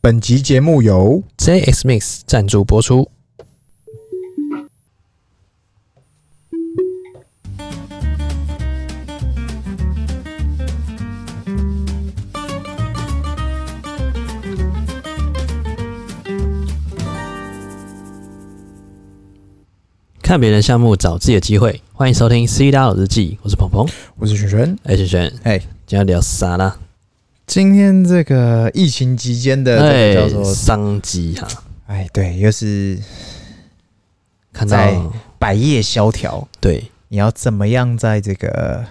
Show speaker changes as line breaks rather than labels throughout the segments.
本集节目由
JX Mix 赞助播出。看别人的项目，找自己的机会。欢迎收听《C 大佬日记》，我是鹏鹏，
我是璇璇。
哎，璇璇，
哎，
今天聊啥啦？
今天这个疫情期间的
哎
这个叫做
商机啊哈，
哎，对，又是
看到
在百业萧条，
对
你要怎么样在这个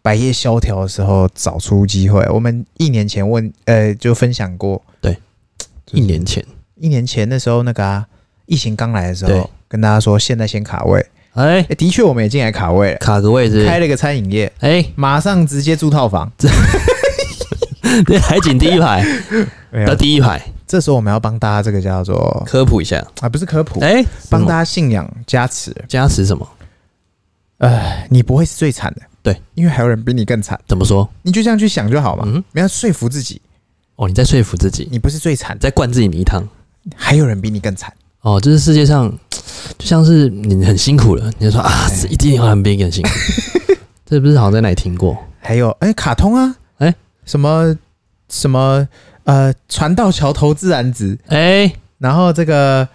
百业萧条的时候找出机会？我们一年前问，呃，就分享过，
对，
就是
一年前，
一年前那时候那个、啊、疫情刚来的时
对
候，跟大家说现在先卡位，
哎、
哎、的确我们也进来卡位了，
卡个位置，
开了个餐饮业，
哎、
马上直接住套房，
那海景第一排
没
到
有，
第一排，
哎这时候我们要帮大家这个叫做
科普一下，
啊，不是科普，
哎、
帮大
他
家信仰加持。
加持什么？
呃，你不会是最惨的，
对，
因为还有人比你更惨，
怎么说？
你就这样去想就好嘛。
嗯
你要说服自己，
哦，你在说服自己，
你不是最惨的，
你在灌自己迷汤。
还有人比你更惨。
哦，就是世界上，就像是你很辛苦了，你就说啊，
哎
一定会很比你更辛苦。 这不是好像在哪里听过？
还有，哎、卡通啊，
哎
什么什么，呃，船到桥头自然直，
哎、
然后这个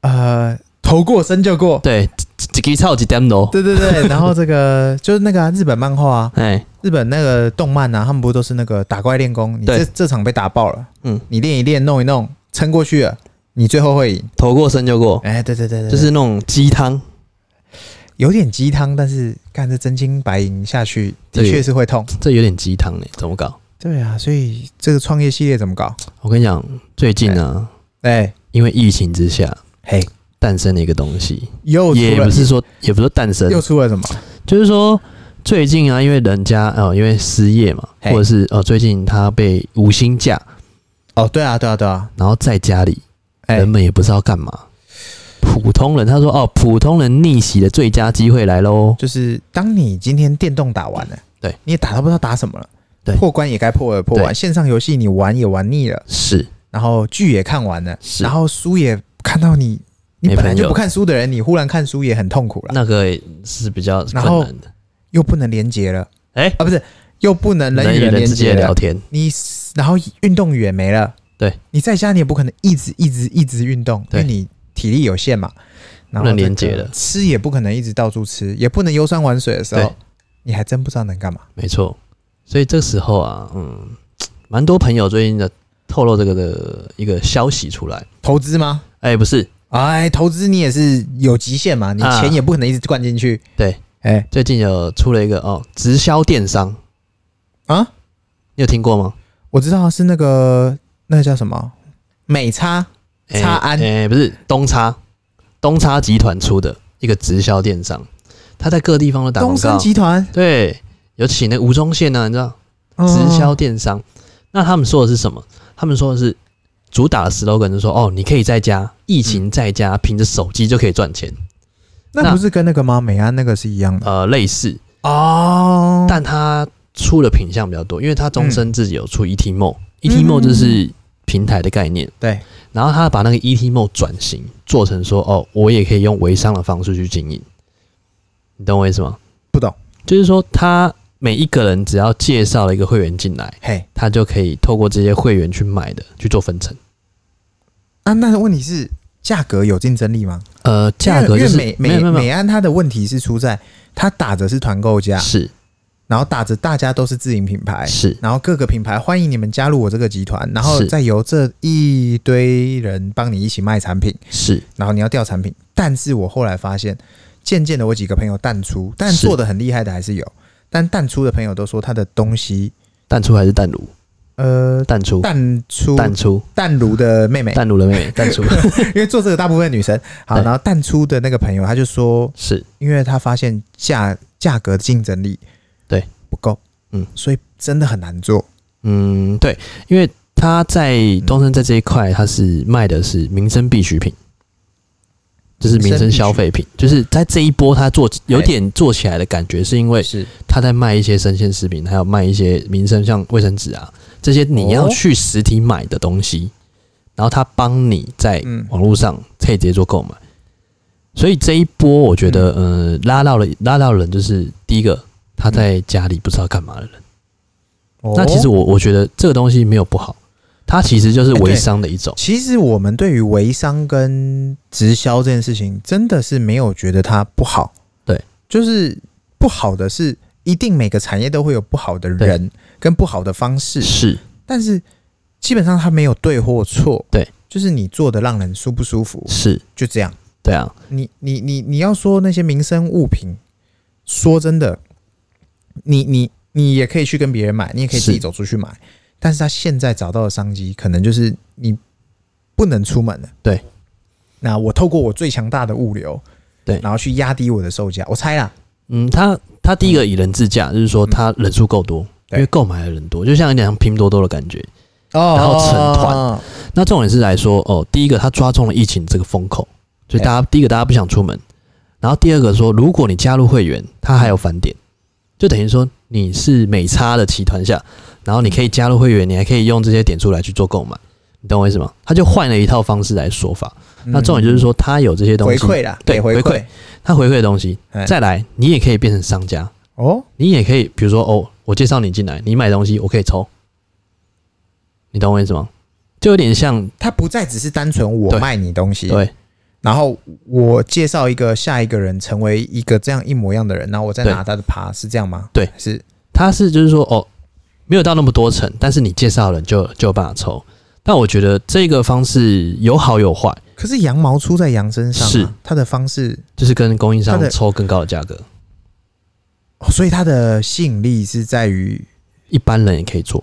呃，头过身就过，
对，几几操几 d e m
对对 对，然后这个就是那个啊、日本漫画啊，
哎，
日本那个动漫啊，他们不都是那个打怪练功？你这
对
这场被打爆了，
嗯
嗯，你练一练，弄一弄，撑过去了，你最后会赢。
头过身就过，
哎、对对对对，
就是那种鸡汤。
有点鸡汤，但是干这真金白银下去，的确是会痛。
这有点鸡汤哎，怎么搞？
对啊，所以这个创业系列怎么搞？
我跟你讲，最近呢、
哎、
因为疫情之下
嘿，
诞生了一个东西，
又出
也
了
不，是说也不是说诞生，
又出了什么？
就是说最近啊，因为人家呃，因为失业嘛，
嘿
或者是呃，最近他被无薪假，
哦，对啊，对啊，对啊，
然后在家里，
哎、
人们也不知道干嘛。普通人他说哦，普通人逆袭的最佳机会来喽。
就是当你今天电动打完了，
对，
你也打都不知道打什么了，
对
破关也该破了，破完
对
线上游戏你玩也玩腻了，
是
然后剧也看完了，
是
然后书也看到你，你
没
本来
朋
就
友
不看书的人，你忽然看书也很痛苦了，
那个是比较困
然后
难的。
又不能连接了，
哎
啊，不是，又不能人
人
与
与
人
人
连
之
接
间的
了
聊，天，
你然后运动员没了，
对
你在家你也不可能一直一直一直运动，因
对
为你体力有限嘛，然后
不能连
这个
接了
吃也不可能一直到处吃，也不能游山玩水的时候
对，
你还真不知道能干嘛。
没错。所以这时候啊，嗯，蛮多朋友最近的透露这个的一个消息出来。
投资吗？
哎，不是，
哎，投资你也是有极限嘛，你
啊
钱也不可能一直灌进去。
对，
哎
最近有出了一个哦，直销电商，
啊，
你有听过吗？
我知道是那个那个叫什么美差
哎
差安
哎、不是东差，东差集团出的一个直销电商，他在各地方都打
东
广
升
告，
集团哦
对，有请那吴宗宪呢、啊，你知道
嗯
直销，电商，那他们说的是什么？他们说的是主打的 slogan 就是说哦，你可以在家，疫情在家，
嗯
凭着手机就可以赚钱，
那
那
不是跟那个吗？美安那个是一样的
呃，类似，
哦
但他出的品相比较多，因为他终
嗯
身自己有出 E ETMO，ETMO、就是平台的概念。
对，
然后他把那个 ET Mode 转型做成说，哦，我也可以用微商的方式去经营，你懂我意思吗？
不懂。
就是说，他每一个人只要介绍了一个会员进来，
嘿
他就可以透过这些会员去买的去做分成。
啊，那问题是价格有竞争力吗？
呃，价格
因为
就
因
是
为美
没有
美
没有没
美安它的问题是出在它打着是团购价
有，是
然后打着大家都是自营品牌，
是
然后各个品牌欢迎你们加入我这个集团，然后
是
再由这一堆人帮你一起卖产品，
是，
然后你要调产品。但是我后来发现，渐渐的我几个朋友淡出，但
是
做的很厉害的还是有，但淡出的朋友都说他的东西，
淡出还是淡如？
呃，
淡出
淡出
淡出
淡如的妹妹，
淡如的妹妹淡出
因为做这个大部分女生，好，
对
然后淡出的那个朋友他就说，
是
因为他发现价价格竞争力
对
不够，
嗯，
所以真的很难做。
嗯对，因为他在东升在这一块，他是卖的是民生必需品，就是民生消费品，就是在这一波他做有点做起来的感觉，是因为
是
他在卖一些生鲜食品，还有卖一些民生像卫生纸啊这些你要
哦
去实体买的东西，然后他帮你在
嗯
网络上可以直接做购买。所以这一波，我觉得，呃，拉到了拉到人，就是第一个他在家里不知道干嘛的人。
哦
那其实我我觉得这个东西没有不好，它其实就是
哎对
微商的一种。
其实我们对于微商跟直销这件事情，真的是没有觉得它不好。
对，
就是不好的是，一定每个产业都会有不好的人跟不好的方式，
是，
但是基本上它没有对或错。
对，
就是你做的让人舒不舒服，
是，
就这样。
对啊，
你你你你要说那些民生物品，说真的，你你你也可以去跟别人买，你也可以自己
是
走出去买，但是他现在找到的商机，可能就是你不能出门了。
对，
那我透过我最强大的物流，
对
然后去压低我的售价，我猜啦，
嗯，他他第一个以人自驾，就是说他人数够多，因
嗯对
为购买的人多，就像有点像拼多多的感觉。
哦
然后成团，那重点是来说，哦，第一个他抓中了疫情这个风口，所以
对
大家第一个大家不想出门，然后第二个说，如果你加入会员，他还有返点，就等于说你是美差的集团下，然后你可以加入会员，你还可以用这些点数来去做购买，你懂我意思吗？他就换了一套方式来说法。那重点就是说，他有这些
嗯
东
回
西，
馈啦，
对
给
回
回
馈他回馈的东西
哎，
再来你也可以变成商家。
哦，
你也可以，比如说哦，我介绍你进来，你买东西我可以抽，你懂我意思吗？就有点像
它不再只是单纯我
对
卖你东西，
对
然后我介绍一个下一个人成为一个这样一模一样的人，然后我再拿他的趴，是这样吗？
对，
是
他是就是说哦，没有到那么多层，但是你介绍人就就有办法抽。但我觉得这个方式有好有坏，
可是羊毛出在羊身上、啊，
是
它的方式、
就是跟供应商
他的
抽更高的价格，
哦所以它的吸引力是在于
一般人也可以做。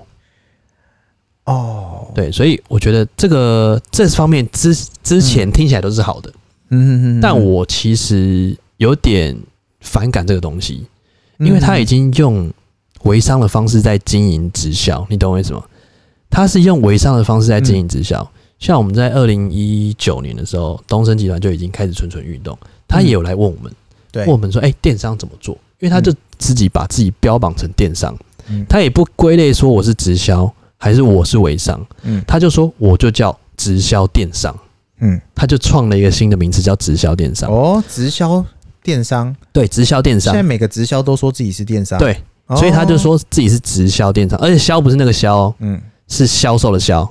哦，
对，所以我觉得这个这方面之之前听起来都是好的，
嗯嗯嗯
但我其实有点反感这个东西。
嗯
因为他已
经
经用微商的方式在经营直销，你懂我意思吗？他是用微商的方式在经营直销。
嗯
像我们在二零一九年的时候，东升集团就已经开始蠢蠢欲动，他也有来问我们，
嗯对
问我们说：“哎、电商怎么做？”因为他就自己把自己标榜成电商，
嗯
他也不归类说我是直销还是我是微商，
嗯
他就说我就叫直销电商，
嗯
他就创了一个新的名词叫直销电商。
哦，直销电商，
对，直销电
现
商
在，每个直销都说自己是电商，
对，
哦
所以他就说自己是直销电商，而且销不是那个销、哦，
嗯
是销售的销，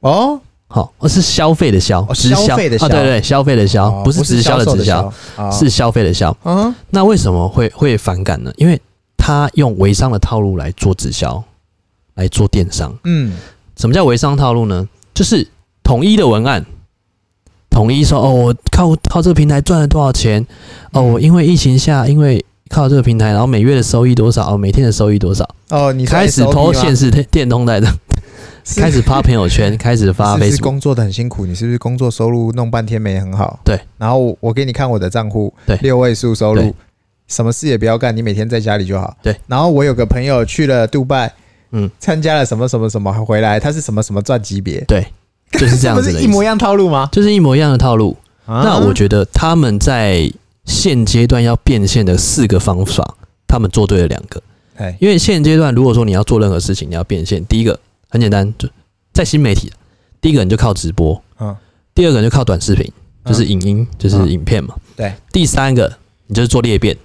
哦
好、而是消费的销，
哦
直
消费的销
啊，对对，消费的销、
哦
不是直销的
销售哦
直销，
销
是消费的销。
嗯
那为什么会会反感呢？因为他用微商的套路来做直销，来做电商。
嗯
什么叫微商套路呢？就是统一的文案，统一说哦，我靠靠这个平台赚了多少钱？哦，
嗯
我因为疫情下，因为靠这个平台，然后每月的收益多少？哦，每天的收益多少？
哦，你说
开始
SOP
偷
吗
现实电电通贷的，
是
开始发朋 友圈，开始发
是不是
Facebook，
工作的很辛苦，你是不是工作收入弄半天没很好？
对，
然后我我给你看我的账户，
对
六位数收
对
入，什么事也不要干，你每天在家里就好。
对，
然后我有个朋友去了杜拜，
嗯，
参加了什么什么什么回来，他是什么什么赚级别，
对，就是这 样
不
子
是
的
一
意思
模一，样啊套路吗？
就是一模一样的套路。那我
得
觉得他们在现阶段要变现的四个方法，他们做对了两个。，
哎，
因为现阶段如果说你要做任何事情，你要变现，第一个很简单，就在新媒体，啊第一个你就靠直播，
嗯，
第二个你就靠短视频，就是影音，就是
嗯
影片嘛。
对，
第三个你就是做裂变，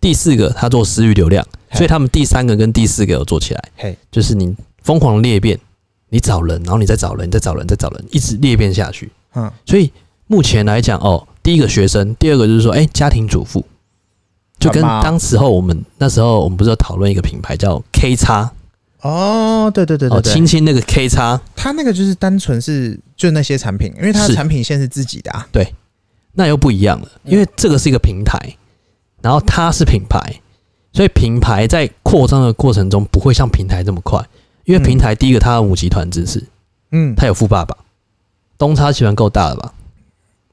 第四个他做私域流量，
嘿
所以他们第三个跟第四个有做起来，
嘿，
就是你疯狂裂变，你找人，然后你再找人，再找人，再找人，一直裂变下去。
嗯，
所以目前来讲，哦，第一个学生，第二个就是说，哎、家庭主妇，就跟
干嘛
当时候我们那时候我们不是有讨论一个品牌叫 K 叉，
哦，对对对
哦，
对
亲
对，
亲那个 K 叉，
他那个就是单纯是就那些产品，因为他
是
的产品线是自己的啊，
那又不一样了，因为这个是一个平台，然后它是品牌，所以品牌在扩张的过程中不会像平台这么快，因为平台第一个它有母集团支持，
嗯，
它有富爸爸，东差集团够大了吧？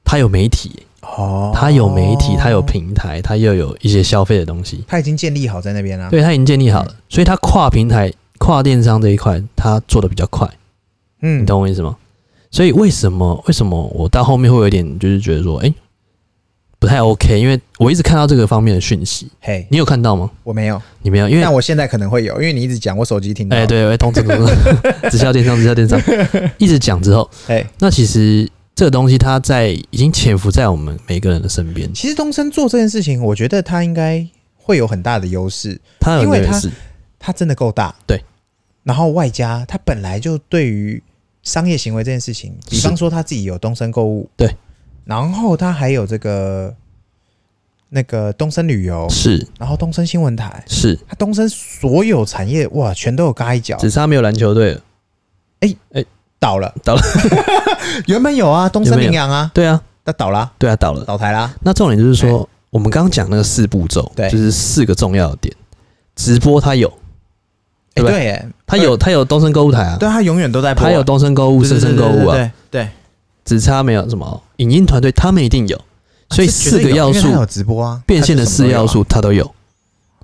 它有媒体，
哦
它有媒体，它有，平台，它又有一些消费的东西，
他已经建立好在那边了，，啊
对，它已经建立好了，
嗯
所以它跨平台、跨电商这一块，它做的比较快，
嗯
你，懂我意思吗？所以为什么为什么我到后面会有点就是觉得说，哎、不太 OK，因为我一直看到这个方面的讯息。
嘿，
你有看到吗？
我没有，
你没有，因为
但我现在可能会有，因为你一直讲，我手机听到。
嗯哎、对，哎，通知 通知，直销电商，直销电商，一直讲之后，
哎，
那其实这个东西它在已经潜伏在我们每个人的身边，
其实东升做这件事情，我觉得他应该会有很大的优势，
它有
因为
点
它
是
他真的够大。
对，
然后外加他本来就对于商业行为这件事情，比
是
方说他自己有东升购物，
对，
然后他还有这个那个东升旅游，
是
然后东升新闻台，
是，
他东升所有产业哇，全都有嘎一脚
只。差没有篮球队了。
倒了，
倒了。
原本有啊，东
原
升
本有
羚羊啊，
对啊，
那倒啦，
对啊，倒了。
倒台啦。
那重点就是说，我们刚刚讲那个四步骤，
对
就是四个重要的点。直播它有，
哎，
对不对
对耶，
它有，它有东升购物台啊，
对他永远都在播啊，
它有东升购物、
对
深
对
深购物啊，
对对对对，
只差没有什么影音团队，他们一定有。所以
啊这绝
四
对
个
有
要
因为
素
他有直播啊，
变现的
他就什
四
么都有啊
要，素它都有，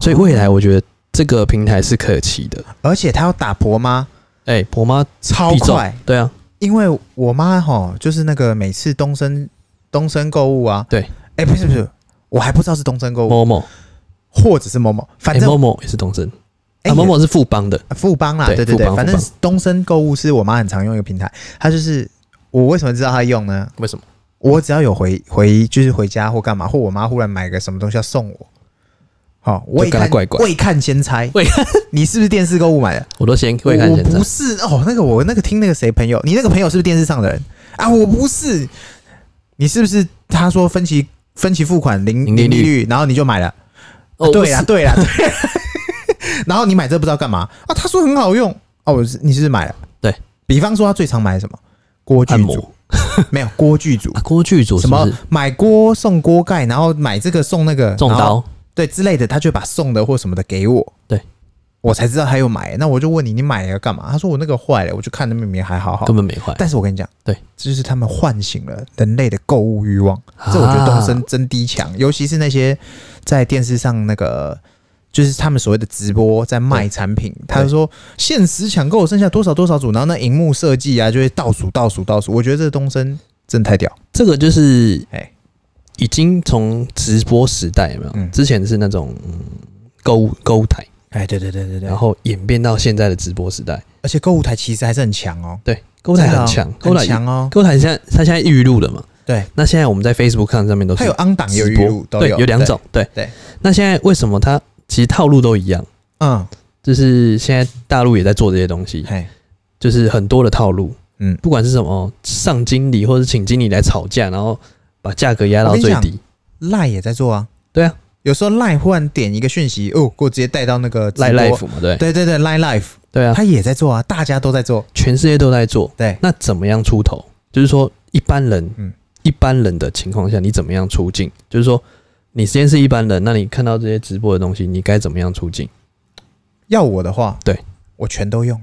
所以未来我觉得这个平台是可期的。
而且他要打婆妈，
哎、婆妈
超
必中
快，，
对啊，
因为我妈哈，就是那个每次东升东升购物啊，
对，
哎，不是不是，我还不知道是东升购物，
某某，
或者是某某，反
哎，某
正
某也是东升，
哎
啊，某某是富邦的，
富邦啦，
对
对对
富
对，
邦
反正
富
东升购物是我妈很常用一个平台，它就是我为什么知道它用呢？
为什么？
我只要有回回就是回家或干嘛，或我妈忽然买个什么东西要送我，好、我
就
一
跟她
看
怪怪
未看先猜，
未看
你是不是电视购物买的？
我都先未看
我
先
不
猜，
是哦，那个我那个听那个谁朋友，你那个朋友是不是电视上的人啊？我不是，你是不是他说分期分期付款零
零
零
利
利率，然后你就买了？
哦，
啊对
呀
啦，，对啦，对啦 然后你买这不知道干嘛啊？他说很好用哦，我是你是不是买了？
对，
比方说他最常买什么锅
按
具
摩
组，没有锅具组
啊，，锅剧组
什
是不
么
是
买锅送锅盖，然后买这个送那个
中，
然后
刀？
对之类的，他就把送的或什么的给我，
对
我才知道他有买。那我就问你，你买了要干嘛？他说我那个坏了，我就看那明明还好好
根。本没坏，
但是我跟你讲，
对，
这就是他们唤醒了人类的购物欲望，啊这我觉得东升真低强，尤其是那些在电视上那个。就是他们所谓的直播在卖产品，他就说限时抢购剩下多少多少组，然后那荧幕设计啊就会倒数倒数倒数。我觉得这东升真的太屌，
这个就是
哎
已经从直播时代有没有？
嗯
之前是那种嗯购物购物台，
哎，对对对对对
然后演变到现在的直播时代，
而且购物台其实还是很强哦，
对，购物台
真的
很
哦
强，购物
很
台
强哦。
购物台现在它现在预录了嘛？
对，
那现在我们在 Facebook 上面都是
它有 on 档，也有
直
预
播
录，，都
对，有两，种，对
对。
那现在为什么它其实套路都一样？
嗯，
就是现在大陆也在做这些东西，
嘿，
就是很多的套路，
嗯
不管是什么上经理或者请经理来吵架，然后把价格压
我
到
跟你
最
讲
低，
赖也在做啊，
对啊，
有时候赖忽然点一个讯息，哦，给我直接带到那个直
赖
播
life 嘛，对
对对对，赖 life，
对啊，
他也在做啊，大家都在做，
全世界都在做，
对，
那怎么样出头？就是说一般人，
嗯
一般人的情况下，你怎么样出镜？就是说你先是一般人，那你看到这些直播的东西，你该怎么样出镜？
要我的话，
对
我全都用，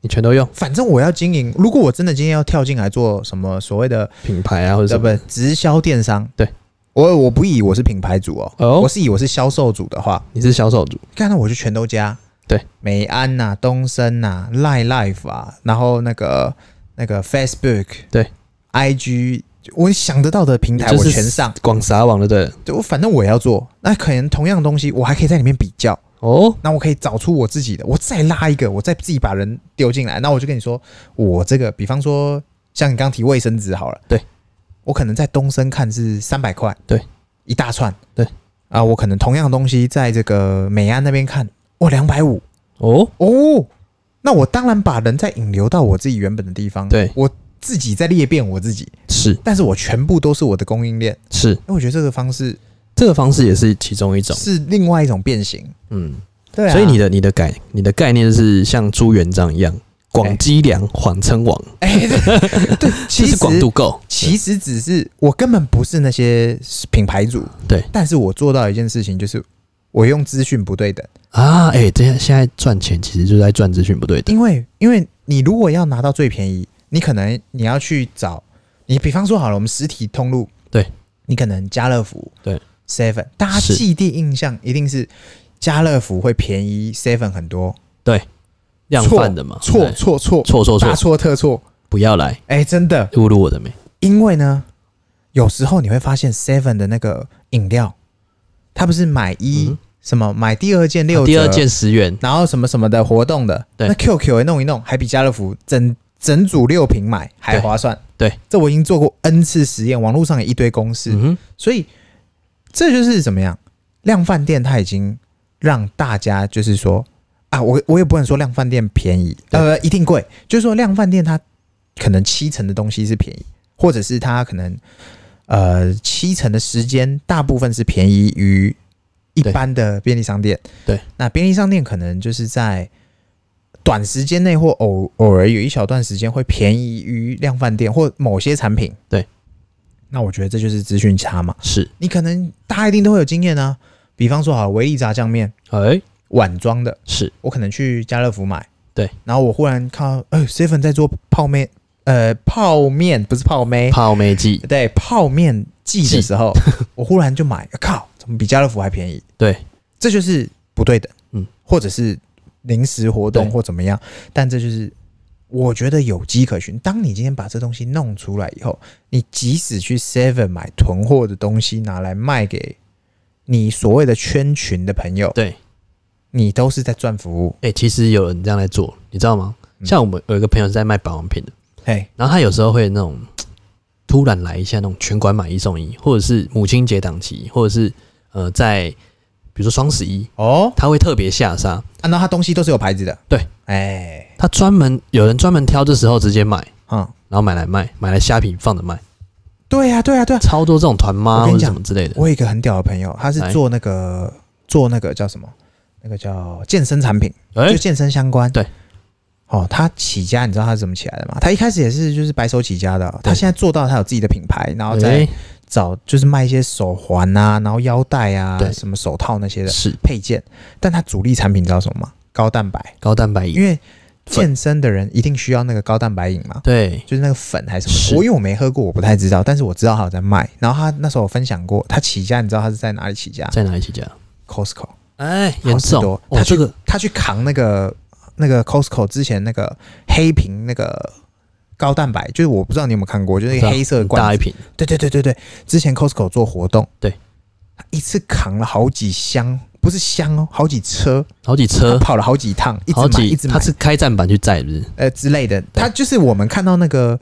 你全都用
反正我要经营，如果我真的今天要跳进来做什么所谓的
品牌啊，或者
呃
什
不
么？
直销电商，
对
我我不以我是品牌主哦，
哦
我是以我是销售主的话，
你是销售组，
干那我就全都加。
对，
美安呐、东升呐、赖 Life 啊，然后那个那个 Facebook，
对
，IG，我想得到的平台
你就
我
是
全上，
广撒网的对了
对我反正我也要做。那可能同样的东西，我还可以在里面比较，
哦，
那我可以找出我自己的，我再拉一个，我再自己把人丢进来。那我就跟你说，我这个，比方说像你刚提卫生纸好了，
对，
我可能在东升看是三百块，
对，
一大串，
对，
啊，我可能同样的东西在这个美安那边看，哇，两百五。
哦，
哦，那我当然把人再引流到我自己原本的地方，
对
我自己在裂变我自己，
是
但是我全部都是我的供应链。
是，
那我觉得这个方式
这个方式也是其中一种，
是另外一种变形，
嗯，
对啊。
所以你的你的概你的概念就是像朱元璋一样，广积粮，缓称王，
哎、对 对，
这
其
是
实
广度够，
其实只是我根本不是那些品牌主，
对
但是我做到一件事情，就是我用资讯不对等，
啊，哎、这样现在赚钱其实就是在赚资讯不对的，
因为因为你如果要拿到最便宜，你可能你要去找你，比方说好了，我们实体通路，
对，
你可能家乐福，
对
，seven，大家
是
既定印象一定是家乐福会便宜 seven 很多，
量
错
贩的嘛，
错
啊对
错错
错错错
大，错特错，
不要来
哎、真的，
侮辱我的美，
因为呢，有时候你会发现 Seven 的那个饮料，它不是买一、
嗯啊
什么买第二件六折，
第二件十元，
然后什么什么的活动的，
对
那 QQ 也弄一弄，还比家乐福整整组六瓶买还划算。
对对
这我已经做过 N 次实验，网络上有一堆公式，
嗯哼，
所以这就是怎么样？量饭店它已经让大家就是说啊，我我也不能说量饭店便宜，
对
呃，一定贵，就是说量饭店它可能七成的东西是便宜，或者是它可能呃七成的时间大部分是便宜于一
对
般的便利商店。
对，
那便利商店可能就是在。短时间内或偶偶尔有一小段时间会便宜于量饭店或某些产品，
对，
那我觉得这就是资讯差嘛。
是，
你可能大家一定都会有经验啊。比方说，好了，维力炸酱面
哎，
碗装的，
是
我可能去家乐福买，
对，
然后我忽然看到，哎、s e v e n 在做泡面，呃，泡面不是泡妹，
泡妹季，
对，泡面季的时 候，我忽然就买，靠，怎么比家乐福还便宜？
对，
这就是不对等，
嗯，
或者是临时活动
对
或怎么样，但这就是。我觉得有迹可循。当你今天把这东西弄出来以后，你即使去 Seven 买囤货的东西拿来卖给你所谓的圈群的朋友，
对，
你都是在赚服务。
哎、其实有人这样在做，你知道吗？
嗯
像我们有一个朋友是在卖保养品的，
嘿，
然后他有时候会那种突然来一下那种全馆买一送一，或者是母亲节档期，或者是呃在比如说双十一，
哦，
他会特别下杀，
按照他东西都是有牌子的。
对，
哎，
他专门有人专门挑这时候直接买，
嗯，
然后买来卖，买来虾皮放着卖，
对呀、对呀、啊对呀、
超多这种团
我
妈
跟你
或者什
讲
么之类的。
我有一个很屌的朋友，他是
哎
做那个做那个叫什么？那个叫健身产品，
哎、
就健身相关。
对。
哦，他起家，你知道他是怎么起来的吗？他一开始也是就是白手起家的哦，他
对
现在做到他有自己的品牌，然后再
哎
找就是卖一些手环啊，然后腰带啊，
对
什么手套那些的
是
配件。但他主力产品你知道什么吗？高蛋白，
高蛋白
因
饮，
为健身的人一定需要那个高蛋白饮嘛。
对，
就是那个粉还是什
是
么，我因为我没喝过，我不太知道，但是我知道他有在卖。然后他那时候有分享过，他起家，你知道他是在哪里起家
在哪里起家？
？Costco，
哎，严
好事
重
多，
哦，
他去
这个
他去扛那个那个 Costco 之前那个黑瓶那个高蛋白，就是我不知道你有没有看过，就是一个黑色的
很啊大
罐
一
子。
瓶，
对对对对对，之前 Costco 做活动，
对，
他一次扛了好几箱，不是箱哦，好几车，
好几车
他，跑了好几趟，一直
好
买
几
一，直买
他，是开站板去载，是不是？
呃之类的。它就是我们看到那个，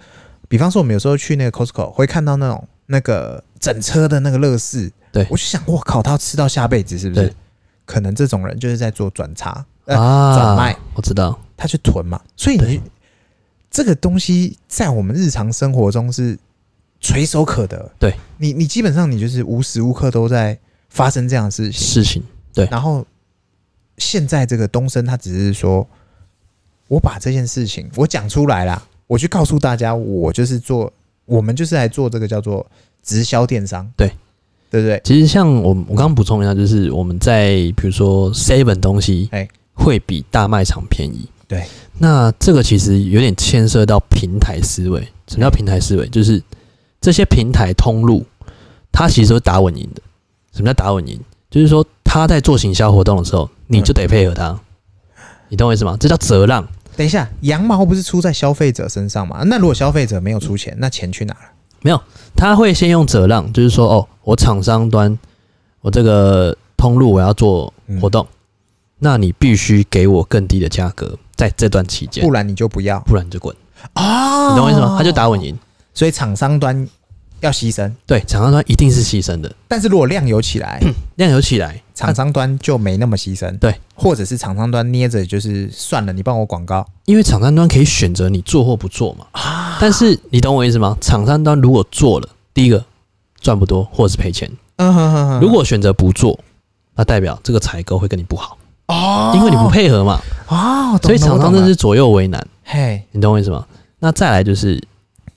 比方说我们有时候去那个 Costco 会看到那种那个整车的那个乐事，
对
我就想，我靠，他要吃到下辈子是不是
对？
可能这种人就是在做转差，呃，
啊，
转卖，
我知道，
他去囤嘛，所以你这个东西在我们日常生活中是垂手可得，
对
你，你基本上你就是无时无刻都在发生这样的事情，
事情
然后现在这个东升他只是说，我把这件事情我讲出来啦，我去告诉大家，我就是做，我们就是来做这个叫做直销电商，
对
对不对？
其实像我我刚刚补充一下，就是我们在比如说 Seven 东西，
哎
会比大卖场便宜。
对，
那这个其实有点牵涉到平台思维。什么叫平台思
嗯
维？就是这些平台通路，它其实是打稳赢的。什么叫打稳赢？就是说他在做行销活动的时候，你就得配
嗯
合他，你懂我意思吗？这叫折让。
等一下，羊毛不是出在消费者身上吗？那如果消费者没有出钱，那钱去哪了？
他会先用折让，就是说，哦，我厂商端，我这个通路我要做活
嗯
动，那你必须给我更低的价格，在这段期间
不，然你就不要
不然你就滚，
啊
哦你懂我意思吗？他就打稳，赢。
所以厂商端要牺牲，
对，厂商端一定是牺牲的，
但是如果量有起来，
量有起来， 啊
厂商端就没那么牺牲，
嗯对，
或者是厂商端捏着就是算了，你帮我广告，
因为厂商端可以选择你做或不做嘛。
啊
但是你懂我意思吗？厂商端如果做了，第一个赚不多或者是赔钱；
嗯哼哼哼
如果选择不做，那代表这个采购会跟你不好，
哦，
因为你不配合嘛。
哦，
所以厂商真
真
是左右为难。
嘿，
你懂我意思吗？那再来就是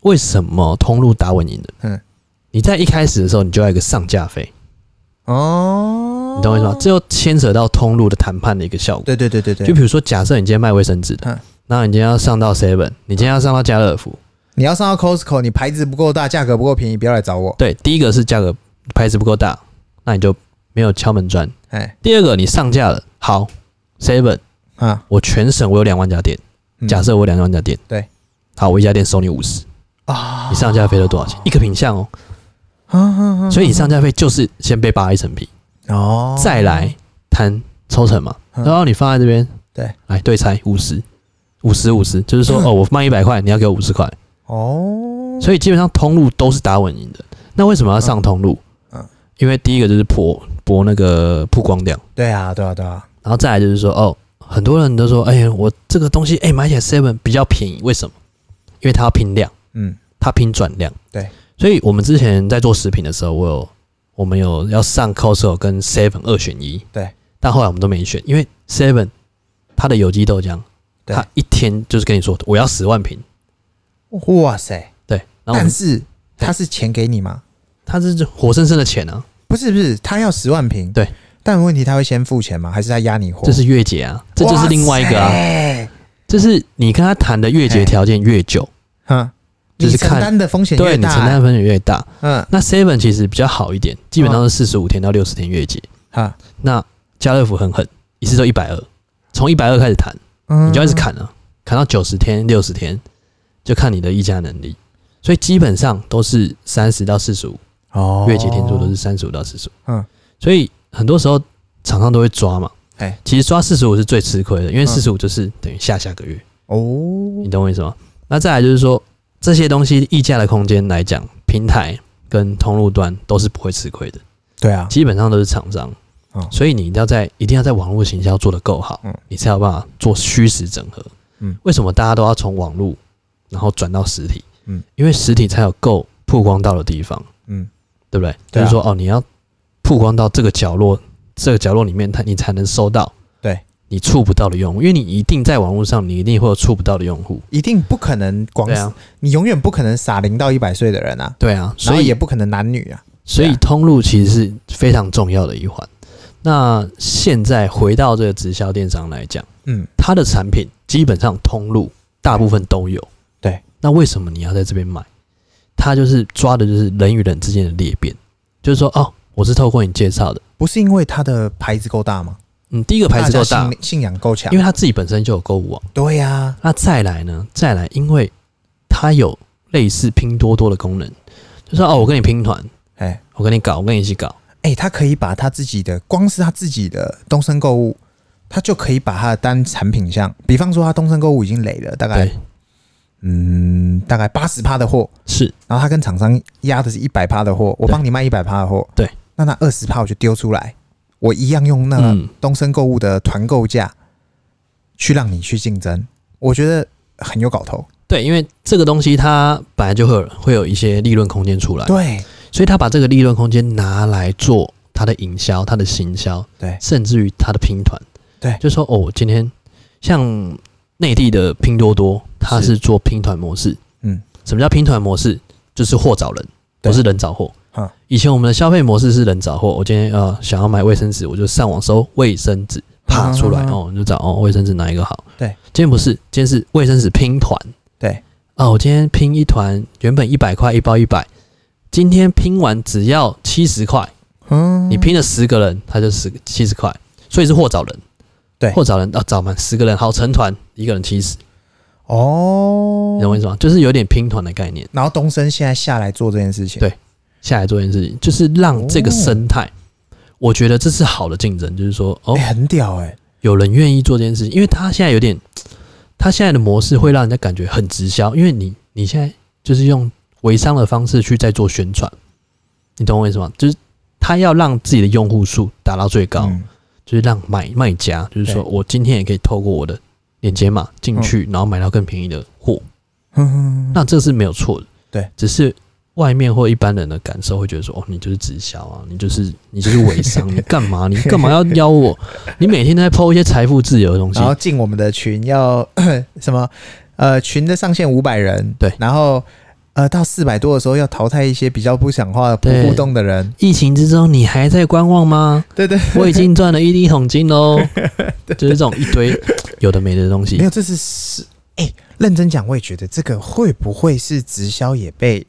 为什么通路打稳赢的？
嗯
嗯，你在一开始的时候你就要有一个上架费，
哦，
你懂我意思吗？？这又牵扯到通路的谈判的一个效果。
对对对对对，
就比如说，假设你今天卖卫生纸
嗯哦
的，那你今天要上到 Seven，你今天要上到家乐福，
你要上到 Costco，你牌子不够大，价格不够便宜，不要来找我。
对，第一个是价格牌子不够大，那你就没有敲门砖；
哎，
第二个你上架了，好 Seven，
啊，
我全省我有两万家店，
嗯
假设我有两万家店，
对，
好，我一家店收你五十，
啊
你上架费了多少钱？一个品相哦，
啊嗯
所以你上架费就是先被扒一层皮，
哦，
再来谈抽成嘛。
嗯
然后你放在这边，
对，嗯
来对拆五十，五十五十，就是说哦，我卖一百块，你要给我五十块。
哦，
所以基本上通路都是打稳赢的。那为什么要上通路？
嗯嗯
因为第一个就是博博那个曝光量，
对啊，对啊，对啊，
然后再来就是说哦，很多人都说，哎、我这个东西哎、买起来 seven 比较便宜，为什么？因为它要拼量，
嗯，
它拼转量。
对，
所以我们之前在做食品的时候，我有我们有要上 Costco 跟 Seven 二选一，
对，
但后来我们都没选，因为 Seven 它的有机豆浆，
对
它一天就是跟你说我要十万瓶，
哇塞！
对，然后我
但
们
是他是钱给你吗？
它是活生生的钱啊，
不是，不是，他要十万瓶，
对，
但问题他会先付钱吗？还是他压你货？
这是月结啊，这就是另外一个啊，
啊，
就是你跟他谈的月结条件越久，
哈，
就
你
是
承
看
担的风险
对
越
你
大，
承担的风险越大。
嗯，
那 Seven 其实比较好一点，基本上是四十五天到六十天月结。
哈，
那家乐福很狠，一次都一百二，从一百二开始谈，
嗯
你就要一直砍啊，砍到九十天、六十天，就看你的议价能力。所以基本上都是三十到四十五，
哦，
月结天数都是三十五到四十五。
嗯，
所以很多时候厂商都会抓嘛。
哎
其实抓四十五是最吃亏
嗯
的，因为四十五就是等于下下个月，
哦
你，懂我意思吗？那再来就是说这些东西溢价的空间来讲，平台跟通路端都是不会吃亏的。
对啊，
基本上都是厂商，
嗯
所以你一定要在一定要在网络行销做得够好，
嗯
你才有办法做虚实整合。
嗯
为什么大家都要从网络然后转到实体？
嗯
因为实体才有够曝光到的地方，
嗯，
对不对？
对啊
就是说哦，你要曝光到这个角落，这个角落里面，它你才能收到
对
你触不到的用户，因为你一定在网络上，你一定会有触不到的用户。
一定不可能光
对，啊，
你永远不可能傻零到一百岁的人啊，
对啊，
然
所
后
以
也不可能男女啊，
所以
对啊
通路其实是非常重要的一环。那现在回到这个直销电商来讲，
嗯，
它的产品基本上通路大部分都有。
对，
那为什么你要在这边买？它就是抓的就是人与人之间的裂变，就是说哦，我是透过你介绍的，
不是因为他的牌子够大吗？
嗯，第一个牌子够
家，
大
信信仰够强
因，为它自己本身就有购物网。
对啊呀，
那再来呢？再来，因为它有类似拼多多的功能，就说哦，我跟你拼团，
哎。
我跟你搞，我跟你一起搞，
哎、他可以把他自己的，光是他自己的东森购物，他就可以把他的单产品项，比方说他东森购物已经累了大概
对，
嗯大概八十趴的货，
是
然后他跟厂商压的是一百趴的货，我
对
帮你卖一百趴的货，
对，
那那二十趴我就丢出来，我一样用那个
嗯
东森购物的团购价去让你去竞争，我觉得很有搞头，
对，因为这个东西它本来就会有会有一些利润空间出来，
对
所以他把这个利润空间拿来做他的营销、他的行销，
对
甚至于他的拼团，
对
就说哦，我今天像内地的拼多多，它
是
是做拼团模式，
嗯，
什么叫拼团模式？就是货找人，
对
不是人找货
嗯。
以前我们的消费模式是人找货，我今天呃想要买卫生纸，我就上网搜卫生纸，啪
嗯
出来
嗯嗯
哦，你就找哦卫生纸哪一个好？
对，
今天不是，今天是卫生纸拼团，
对，
哦，我今天拼一团，原本一百块一包一百，今天拼完只要七十块，
嗯，
你拼了十个人，他就十七十块，所以是货找人，
对
货找人啊，找满十个人，好成团，一个人七十，
哦
你，懂我意
嗯
思吗？就是有点拼团的概念，
然后东森现在下来做这件事情，
对下来做一件事情，就是让这个
哦
生态，我觉得这是好的竞争，就是说哦
哎、，很屌哎、
有人愿意做这件事情，因为他现在有点，他现在的模式会让人家感觉很直销，因为你你现在就是用微商的方式去在做宣传，你懂我意思吗？就是他要让自己的用户数达到最高，
嗯
就是让买卖家，就是说
对嗯
我今天也可以透过我的链接码进去，然后买到更便宜的货，
哼哼哼
那这是没有错的，
对，
只是。外面或一般人的感受会觉得说：“哦，你就是直销啊，你就是你就是微商， 你干嘛？你干嘛要邀我？你每天都在抛一些财富自由的东西，
然后进我们的群要 什么？呃，群的上限五百人，
对
然后呃到四百多的时候要淘汰一些比较不讲话、不
对
互动的人，
疫情之中，你还在观 望吗？
对对
我已经赚了一一桶 金喽，就是这种一堆有的没的东
没
西。
有，这是是哎、认真讲，我也觉得这个会不会是直销也被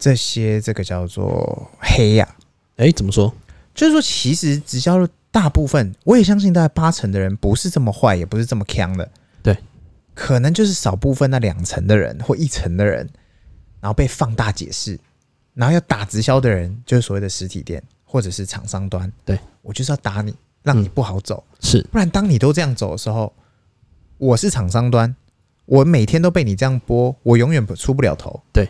这些这个叫做黑呀、
哎、怎么说？
就是说，其实直销的大部分，我也相信大概八成的人不是这么坏，也不是这么强的。
对，
可能就是少部分那两成的人或一成的人，然后被放大解释，然后要打直销的人，就是所谓的实体店或者是厂商端，
对嗯
我就是要打你，让你不好走。
是
不然当你都这样走的时候，我是厂商端，我每天都被你这样剥，我永远不出不了头。
对，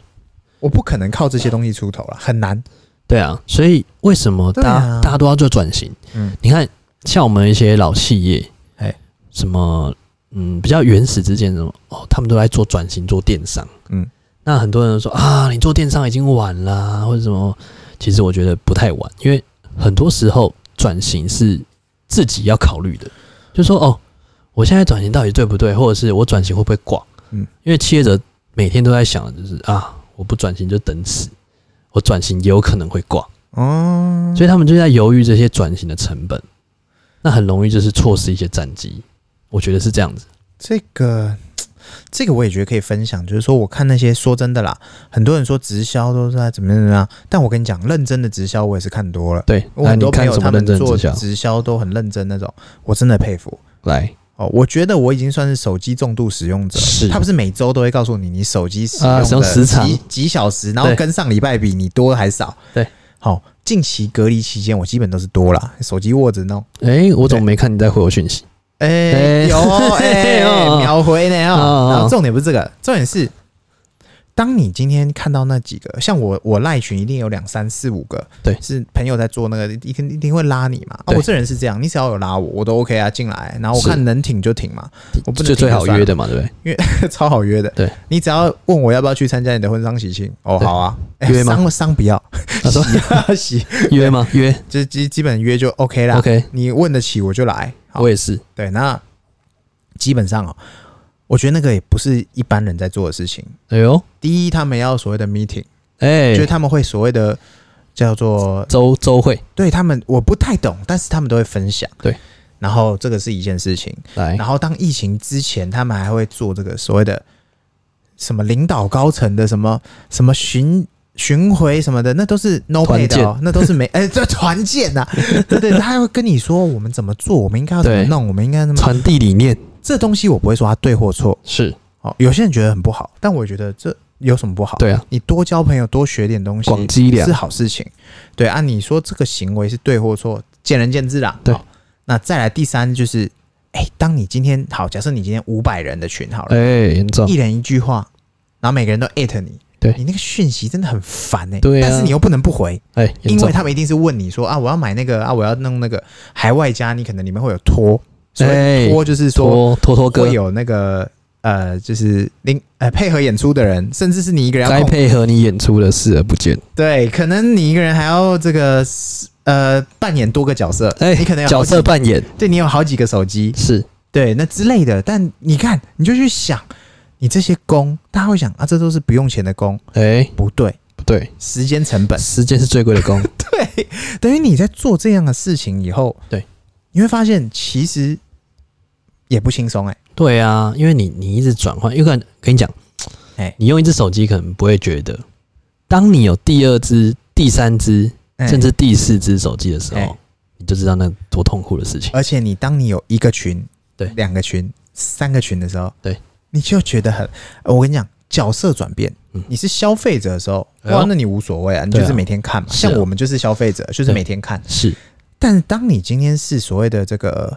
我不可能靠这些东西出头了，很难。
对啊，所以为什么大
对
家、
啊
大家都要做转型？
嗯
你看，像我们一些老企业，
哎
什么嗯比较原始之间什么哦，他们都在做转型，做电商。
嗯，
那很多人说啊，你做电商已经晚啦，或者什么？其实我觉得不太晚，因为很多时候转型是自己要考虑的，就说哦，我现在转型到底对不对，或者是我转型会不会挂？
嗯，
因为企业者每天都在想，就是啊，我不转型就等死，我转型也有可能会挂。
哦，
所以他们就在犹豫这些转型的成本，那很容易就是错失一些战机。我觉得是这样子，
这个这个我也觉得可以分享，就是说我看那些说真的啦，很多人说直销都是在怎么样怎么样，但我跟你讲，认真的直销我也是看多了，
对。
我
那
很
你
多朋
看
友
什么
他
认
们
真
做
直销？
直销都很认真那种，我真的佩服。
来，
哦，我觉得我已经算是手机重度使用者了。
是
他不是每周都会告诉你你手机使
啊
用
使用
的
时长
几几小时，然后
对
跟上礼拜比你多还少？
对。
好、近期隔离期间我基本都是多啦，手机握着弄。
哎、我怎么没看你在回我讯息？
哎、
哎
有 哦哎、
嘿哦
秒回呢哦
哦哦
然后重点不是这个，重点是，当你今天看到那几个，像我我赖群一定有两三四五个，
对
是朋友在做那个，一定一定会拉你嘛。啊，
对
我这人是这样，你只要有拉我，我都 OK 啊，进来，然后我
是
看能挺就挺嘛，我不能
就最好约
的，
的嘛，对 不对？
超好约的。
对，
你只要问我要不要去参加你的婚丧喜庆，哦，
对
好啊，哎
约吗
丧丧不要，
他说
喜啊喜，
约吗？约
就基基本约就 OK 啦。
，OK，
你问得起我就来，好
我也是，
对，那基本上哦，我觉得那个也不是一般人在做的事情。
哎呦，
第一，他们要所谓的 meeting，、
哎、
就是他们会所谓的叫做
周周会
对他们我不太懂，但是他们都会分享。
对，哎
然后这个是一件事情。
来，
然后当疫情之前，他们还会做这个所谓的什么领导高层的什么什么巡巡回什么的，那都是 no pay
团
的、哦，那都是没哎这团建 呐、对对，他还会跟你说我们怎么做，我们应该要怎么
对
弄，我们应该怎么
传递理 念
这东西我不会说它对或错，
是
哦，有些人觉得很不好，但我觉得这有什么不好？，
对啊，
你多交朋友，多学点东西，
广积粮
是好事情。对啊，你说这个行为是对或错，见仁见智啦。
对
哦那再来第三就是，哎、当你今天好，假设你今天五百人的群好
哎、
了，
严重
一人一句话，然后每个人都艾特你，
对
你那个讯息真的很烦哎、
对啊
但是你又不能不回，
哎，
因
严重
为他们一定是问你说啊，我要买那个啊，我要弄那个，还外加你可能里面会有拖，所以
哎
拖就是说。
拖拖拖哥
会有那个呃，就是另呃配合演出的人，甚至是你一个人要
该
控
配合你演出的视而不见，
对，可能你一个人还要这个呃扮演多个角色，
哎、
你可能有
角
好几
色扮演
对你有好几个手机，
是
对那之类的。但你看，你就去想，你这些工，大家会想啊，这都是不用钱的工，
哎、
不对，
不对，
时间成 本，
时间是最贵的工，
对，等于你在做这样的事情以后，
对，
你会发现其实也不轻松哎、
对啊，因为你你一直转换，因为跟跟你讲，
哎
你用一只手机可能不会觉得，当你有第二只、第三只，
哎
甚至第四只手机的时候，
哎
你就知道那多痛苦的事情。
而且你当你有一个群、
对
两个群、三个群的时候，
对，
你就觉得很，呃我跟你讲，角色转变。
嗯
你是消费者的时候，
哎呦
哇，那你无所谓啊，你
对啊
就是每天看嘛。
是啊
像我们就是消费者，就是
对
每天看。
是
但是当你今天是所谓的这个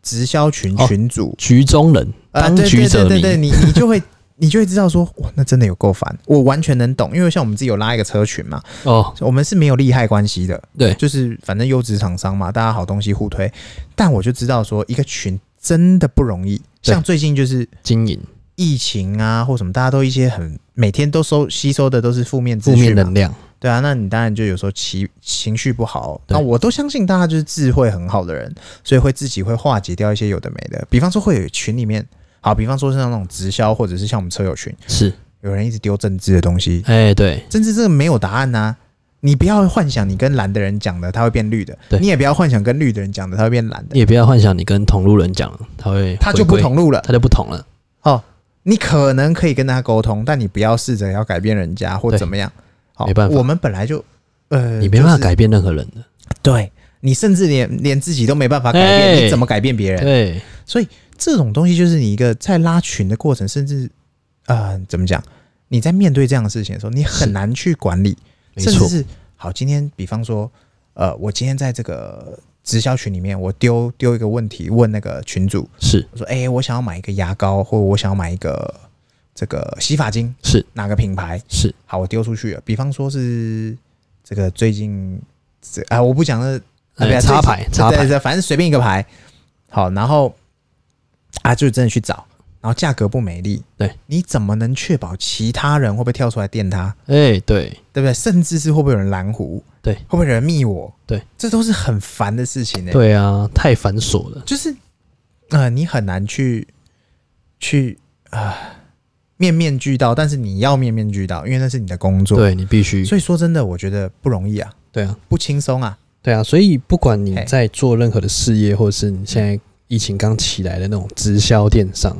直销群
哦
群主，
局中人，
啊，
当
对
局者
对对
迷。
对对，你你就 会。你就会知道说，哇，那真的有够烦。我完全能懂，因为像我们自己有拉一个车群嘛，
哦，
我们是没有利害关系的，
对，
就是反正优质厂商嘛，大家好东西互推。但我就知道说，一个群真的不容易。
对
像最近就是
经营
疫情啊，或什么，大家都一些很每天都收吸收的都是负面资
负面
讯嘛
能，量，
对啊，那你当然就有时候情情绪不好。
对
那我都相信大家就是智慧很好的人，所以会自己会化解掉一些有的没的。比方说会有群里面，好，比方说是那种直销，或者是像我们车友群，
是，
有人一直丢政治的东西，
哎、对，
甚至这个没有答案呐、你不要幻想你跟蓝的人讲的他会变绿的
对，
你也不要幻想跟绿的人讲的他会变蓝的，
你也不要幻想你跟同路人讲，他会
他就
回
不
归，
同路了。
他就不同了，
哦，你可能可以跟他沟通，但你不要试着要改变人家或
对
怎么样。好、
没办法
我们本来就呃，
你没办法
就是
改变任何人的。
对你甚至连连自己都没办法改变，
哎
你怎么改变别人？
对，
所以这种东西就是你一个在拉群的过程，甚至呃，怎么讲？你在面对这样的事情的时候，你很难去管理。
没
甚至
错，
是好，今天比方说，呃，我今天在这个直销群里面，我丢丢一个问题问那个群主，
是
我说，哎、我想要买一个牙膏，或者我想要买一个这个洗发精，
是
哪个品牌？
是，
好，我丢出去了。比方说是这个最近这啊，我不讲了，啊不
哎
要
插牌插
对
牌
对，反正随便一个牌。好，然后啊，就真的去找，然后价格不美丽，
对，
你怎么能确保其他人会不会跳出来电他？
哎，对，
对不对？甚至是会不会有人拦胡？
对
会不会有人密我？
对，
这都是很烦的事情呢、，欸
对啊，太繁琐了，
就是呃，你很难去去啊、面面俱到，但是你要面面俱到，因为那是你的工作。，
对你必须，
所以说真的，我觉得不容易啊，
对啊，
不轻松啊。
对啊，所以不管你
嘿
在做任何的事业，或者是你现在疫情刚起来的那种直销电商，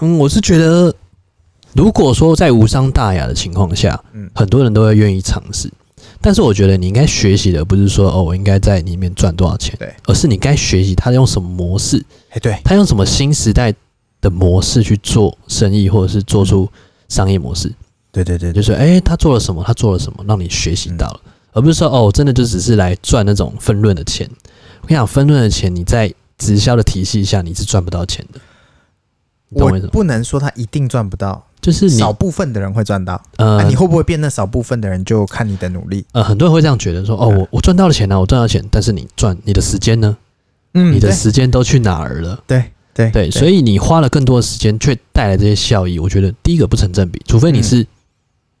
嗯，我是觉得，如果说在无伤大雅的情况下，
嗯
很多人都会愿意尝试。但是我觉得你应该学习的不是说哦，我应该在里面赚多少钱，
对，
而是你该学习他用什么模式，
哎，对，
他用什么新时代的模式去做生意，或者是做出商业模式。
对对对
就
对，
是诶，他做了什么，他做了什么，让你学习到了，
嗯
而不是说哦，真的就只是来赚那种分润的钱。我跟你讲，分润的钱你在直销的体系下你是赚不到钱的，你懂
我
我意思吗？嗯
不能说他一定赚不到，
就是你
少部分的人会赚到，啊、
呃
你会不会变那少部分的人，就看你的努力。
呃，很多人会这样觉得说哦，我我赚到了钱了、我赚到钱，但是你赚你的时间呢？
嗯
你的时间都去哪儿了？
对对
对，所
以
以你花了更多的时间，却带来这些效益，我觉得第一个不成正比，除非你
嗯
是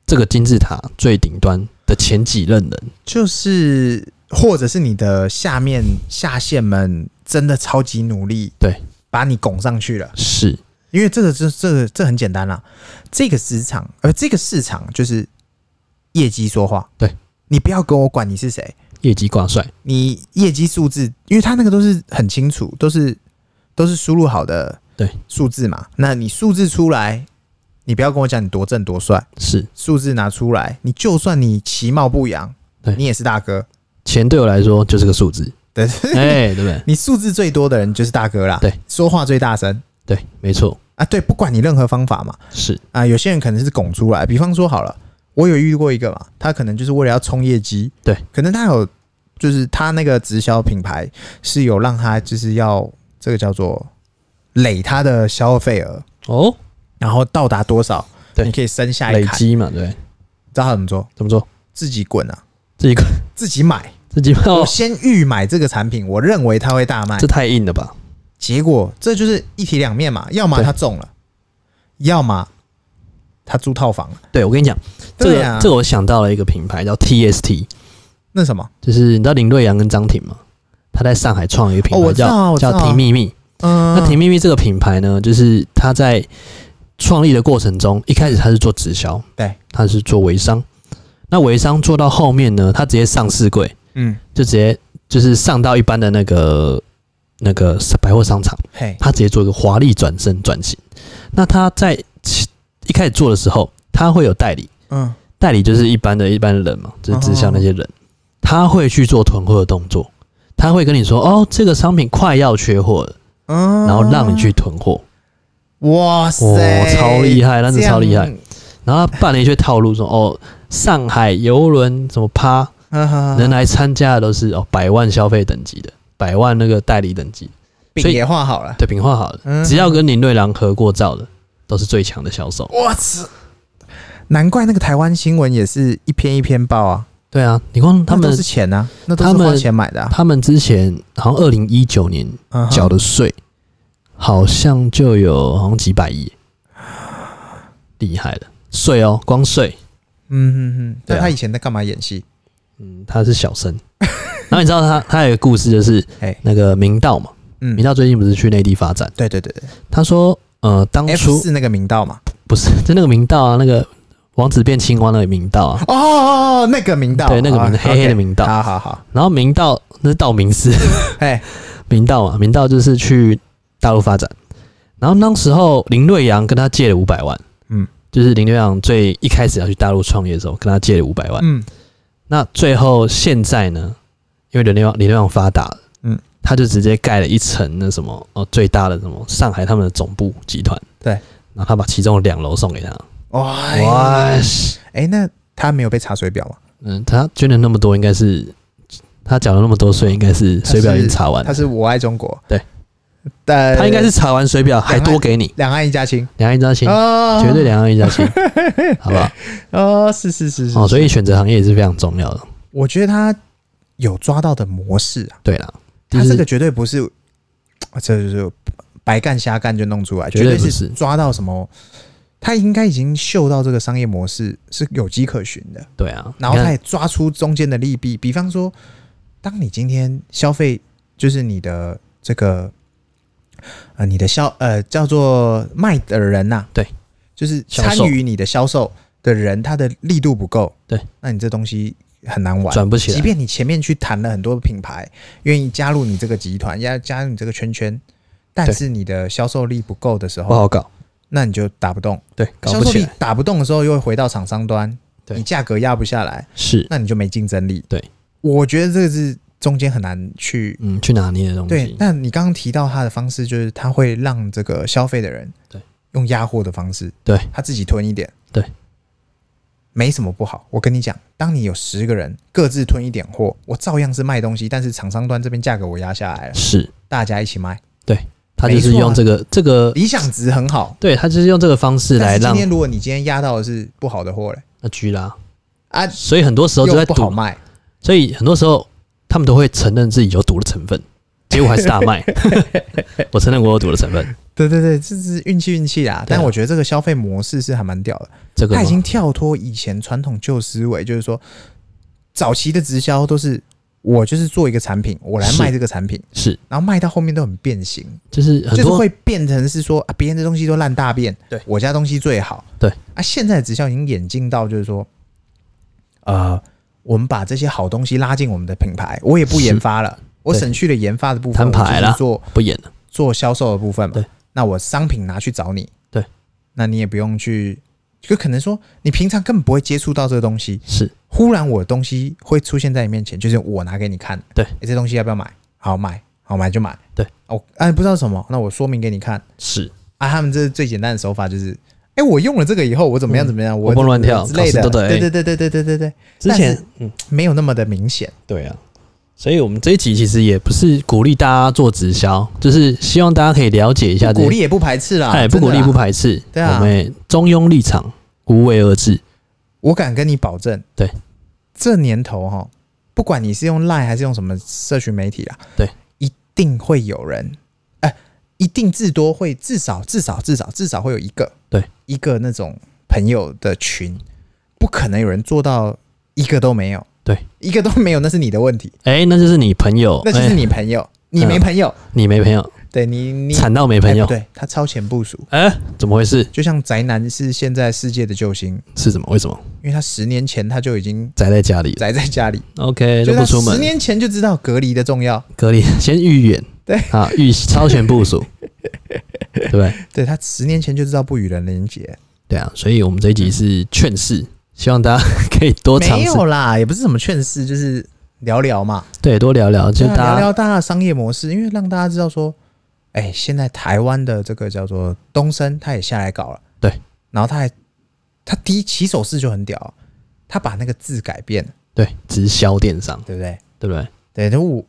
这个金字塔最顶端的前几任人。
就是，或者是你的下面下线们真的超级努力，
对，
把你拱上去了。
是，
因为这个这这个这很简单啦、啊这个市场呃这个市场就是业绩说话，
对
你不要跟我管你是谁，
业绩挂帅，
你业绩数字，因为他那个都是很清楚，都是都是输入好的
对
数字嘛。那你数字出来，你不要跟我讲你多正多帅，
是
数字拿出来，你就算你其貌不扬
对，
你也是大哥。
钱对我来说就是个数字，
对，
哎、对不对？
你数字最多的人就是大哥啦，
对，
说话最大声
对，没错，
啊，对，不管你任何方法嘛，
是
啊，有些人可能是拱出来，比方说好了，我有遇过一个嘛，他可能就是为了要冲业绩，
对，
可能他有就是他那个直销品牌是有让他就是要这个叫做累他的消费额，
哦，
然后到达多少，
对
你可以升下一
累
坎，知
积嘛，对不对，
道他怎么做？
怎么做？
自己滚啊，
自己
自己买，
自己哦
我，先预买这个产品，我认为它会大卖
这，太硬了吧？
结果这就是一体两面嘛，要么
对
他中了，要么他租套房了，
对我跟你讲，这
对
个、
啊
这个我想到了一个品牌叫 TST，
那什么，
就是你知道林瑞阳跟张挺吗？他在上海创了一个品
哦
牌
我知
叫、
道我知
叫
道
婷秘密，
嗯，
那婷秘密这个品牌呢，就是他在创立的过程中，一开始他是做直销，
对，
他是做微商，那微商做到后面呢，他直接上市柜，
嗯，
就直接就是上到一般的那个那个百货商场，
嘿，
他直接做一个华丽转身转型。那他在起一开始做的时候，他会有代理，
嗯，
代理就是一般的一般人嘛，就是直销那些人，他会去做囤货的动作，他会跟你说哦，这个商品快要缺货了，
嗯，
然后让你去囤货。
哇塞，
哦超厉害那是
这样
超厉害，然后他办了一些套路说哦，上海游轮什么趴，
哈哈
能来参加的都是哦百万消费等级的，百万那个代理等级的，
饼
所以
也画好了，
对，品化好
嗯
的，只要跟林瑞郎合过照的，都是最强的销售。
我操，难怪那个台湾新闻也是一篇一篇报啊，
对啊，你光他
那
们
都是钱啊，那都
他
是
们
花钱买的啊，
他们之前好像二零一九年
嗯哼
缴的税，好像就有好像几百亿，厉害了。税哦，光税，
嗯嗯嗯，
对
那
啊
他以前在干嘛演戏？
嗯，他是小 生。然后你知道他他有一个故事，就是
哎，
那个明道嘛，
嗯
明，道最近不是去内地发展？
对对对对
他说，呃，当
，F
初
四那个明道嘛，
不是就那个明道啊，那个王子变青蛙那个明道啊，
哦哦哦，那个明道，
对，那个
啊
明黑黑的
OK
明道。
好好好，
然后明道那是道明寺，
哎，
明道嘛，明道就是去大陆发展。然后那时候林瑞阳跟他借了五百万，
嗯，
就是林瑞阳最一开始要去大陆创业的时候跟他借了五百万。
嗯
那最后现在呢，因为林瑞阳林瑞阳发达了，
嗯，
他就直接盖了一层那什么哦最大的什么上海他们的总部集团，
对，哎
然后他把其中的两楼送给他，
哇
哇
哎、那他没有被查水表吗？
嗯，他捐了那么多，应该是他缴了那么多税，应该是水表已经查完
他
了，
是我爱中国，
对，
但
他应该是查完水表还多给你
两岸一家亲
两岸一张亲，
啊
绝对两岸一 张亲，好不好？
啊，是是是是
哦，所以选择行业也是非常重要的。
我觉得他有抓到的模式啊，
对啦，
他
就是
这个绝对不是，啊这就是白干瞎干就弄出来，
绝
绝
对
对
不
是
是
抓到什么，他应该已经嗅到这个商业模式是有迹可循的，
对啊，
然后
你
他
看
也抓出中间的利弊，比方说，当你今天消费就是你的这个呃你的销呃叫做卖的人呐、
对，
就是
销
参
售
与你的销售的人，他的力度不够，
对，
那你这东西很难玩。
转不起
即
来，
便你前面去谈了很多品牌，愿意加入你这个集团，要加入你这个圈圈，但
对
是你的销售力不够的时
不
候，
好搞，
那你就打不动。
对，搞
销
不
售
起
力
来，
打不动的时候，又会回到厂商端，
对
你价格压不下来，
是，
那你就没竞争力。
对，
我觉得这个是中间很难去。
嗯，去拿捏的东
对
西，，
那你刚刚提到他的方式，就是他会让这个消费的人
对
用压货的方式，
对
他自己吞一点，
对，
没什么不好。我跟你讲，当你有十个人各自吞一点货，我照样是卖东西，但是厂商端这边价格我压下来了，
是，
大家一起卖，
他就是
没错啊
用这个这个，
理想值很好。
对他就是用这个方式
但
来
是今
让
天如果你今天压到的是不好的货嘞，
那居啦，
啊，
所以很多时候就在
又不好
赌，
卖，
所以很多时候他们都会承认自己有赌的成分，结果还是大 卖。我承认我有赌的成分，
对对对，这是运气运气啦。
对啊
但我觉得这个消费模式是还蛮屌的。
这个
他已
嘛
经跳脱以前传统旧思维，就是说，早期的直销都是我就是做一个产品，我来卖
是
这个产品，
是
然后卖到后面都很变形，
就是很
就是
多
会变成是说啊，别人的东西都烂大便，
对
我家东西最好。
对
啊，现在的直销已经演进到就是说，呃，我们把这些好东西拉进我们的品牌，我也不
是
研发了，我
对
省去了研发的部分，
摊
我
牌
就是
啦
做
不演了，
做销售的部分嘛
对，
那我商品拿去找你，
对，
那你也不用去，就可能说你平常根本不会接触到这个东西，
是
忽然我的东西会出现在你面前，就是我拿给你看，
对
诶这东西要不要买？好买，好买就买，
对，
哦，哎、不知道什么，那我说明给你看，
是
啊，他们这最简单的手法就是。哎、我用了这个以后，我怎么样
嗯
怎么样，
活蹦
怎么
乱跳
之类的，
考试都得 A
对对对对对对对对，
之
但是
前嗯
没有那么的明显。
对啊。所以，我们这一集其实也不是鼓励大家做直销，就是希望大家可以了解一下
不
这
鼓励也不排斥啦，
哎，不
真
鼓
的
励
啦
不。排斥，
对啊
我们也中庸立场，无为而治，
我敢跟你保证，
对，
这年头哈、不管你是用 Line 还是用什么社群媒体啦，
对，
一定会有人，哎、一定至多会至少至少至少至少会有一个，
对，
一个那种朋友的群，不可能有人做到一个都没有，
对，
一个都没有，那是你的问题，
哎、那就是你朋友，
那就是
哎
你朋友，你没朋友，
你没朋友，
对你你
惨到没朋友
哎不，对他超前部署，
哎、怎么回事？
就像宅男是现在世界的救星，
是怎么？为什么
因为他十年前他就已经
宅在家里
宅在家里。
？OK，
就是
都
他
不出门
十，年前就知道隔离的重要，
隔离 先预演，
对
啊，预超前部署，对不对？
对他十年前就知道不与人连结，
对啊，所以我们这一集是劝世，希望大家 可以多尝
没
试，
有啦，也不是什么劝世，就是聊聊嘛，
对，多聊聊，就
对啊
大
聊
家
聊大家的商业模式，因为让大家知道说，哎、现在台湾的这个叫做东升，他也下来搞了，
对，
然后他还他第一起手式就很屌，啊他把那个字改变了，
对直销电商，
对不对？
对不对？
对，那我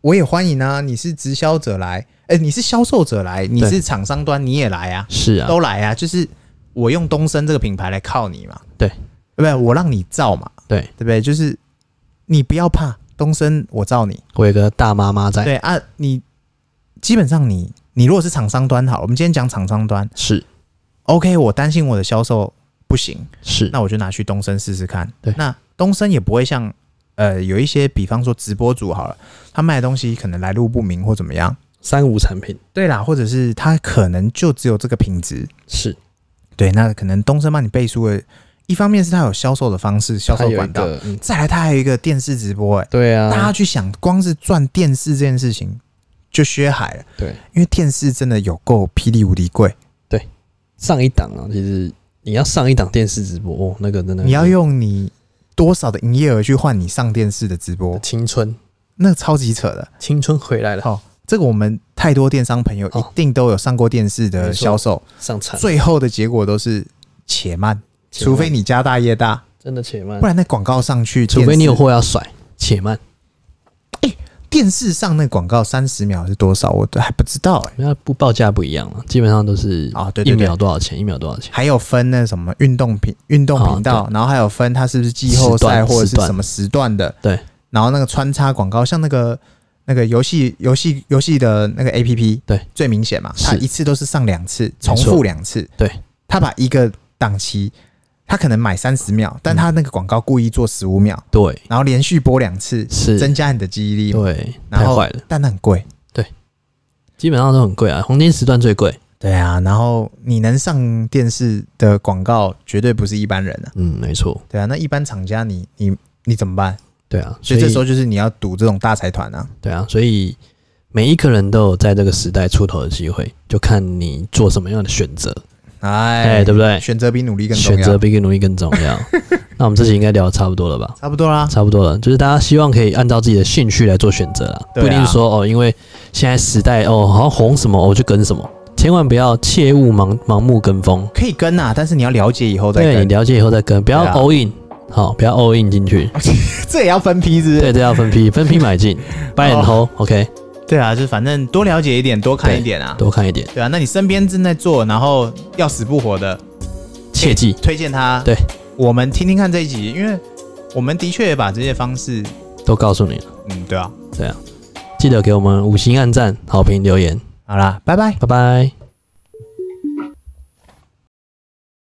我也欢迎啊，你是直销者来，哎、你是销售者来，你
对
是厂商端你也来啊，
是啊，
都来啊，就是我用东升这个品牌来靠你嘛，
对
对不对？我让你造嘛，
对，
对不对？就是你不要怕东升，我造你，
我有个大妈妈在，
对啊，你基本上你你如果是厂商端好了，我们今天讲厂商端
是
，OK，我担心我的销售不行，
是，
那我就拿去东升试试看，
对
那东升也不会像。呃，有一些，比方说直播主好了，他卖的东西可能来路不明或怎么样，
三无产品
对啦，或者是他可能就只有这个品质，
是，
对，那可能东升帮你背书的，一方面是他有销售的方式、销
它
售
有一
管道，
个，嗯，
再来他还有一个电视直播、哎、
对啊，
大家去想，光是赚电视这件事情就削海了，
对
因为电视真的有够霹雳无敌贵，
上一档啊，其实你要上一档电视直播，哦，那个真的
你要用你多少的营业额去换你上电视的直播，
青春，
那超级扯的。
青春回来了，
好、这个我们太多电商朋友一
哦
定都有上过电视的
没错
销售，
上场，
最后的结果都是且慢，
且
除
慢
非你家大业大，
真的且慢
不，然那广告上去，
除非你有
电视
货要甩，且慢，
电视上那广告三十秒是多少，我都还不知道哎、
那不报价不一样了，基本上都是
啊对对
一
对
秒多少钱，一秒多少钱，
还有分那什么运动频运动频
哦
道，然后还有分它是不是季后
时段
赛或者
时
是
段
什么时段的，
对。
然后那个穿插广告，像那个那个游戏游戏游戏的那个 A P P，
对，
最明显嘛，它
是
一次都是上两次，
错
重复两次，
对。
他把一个档期，他可能买三十
嗯
秒，但他那个广告故意做十五秒，
对，
然后连续播两次，
是
增加你的记忆力嘛。
对，
然
太
后
坏了，
但那很贵。
基本上都很贵啊，黄金时段最贵，
对啊，然后你能上电视的广告，绝对不是一般人啊。
嗯，没错，
对啊，那一般厂家你你你怎么办？
对啊，
所
所
以
以
这时候就是你要赌这种大财团啊。
对啊，所以每一个人都有在这个时代出头的机会，就看你做什么样的选择，
哎
哎对不对
选择比努力更重
选
要。
择比努力更重 要。那我们这集应该聊得差不多了吧？
差不多啦。
差不多了，就是大家希望可以按照自己的兴趣来做选择啦，
对啊
不一定是说哦，因为现在时代哦，好像红什么我就跟什么，千万不要切勿盲盲目跟风，
可以跟啊，但是你要了解以后再
对你
跟，
了解以后再跟，不要
对啊
all in，好、不要 all in 进去，
这也要分批是不是？
对，这要分批，分批买 进，buy
哦
and hold，OK，、
对啊，就是反正多了解一点，多看一点啊。
多看一点，
对啊，那你身边正在做，然后要死不活的，
切记，
推荐他。
对，
我们听听看这一集，因为我们的确也把这些方式，
都告诉你了，
嗯，对啊。
对啊，记得给我们五星按赞、好评、留言，
好啦，拜拜。
拜拜。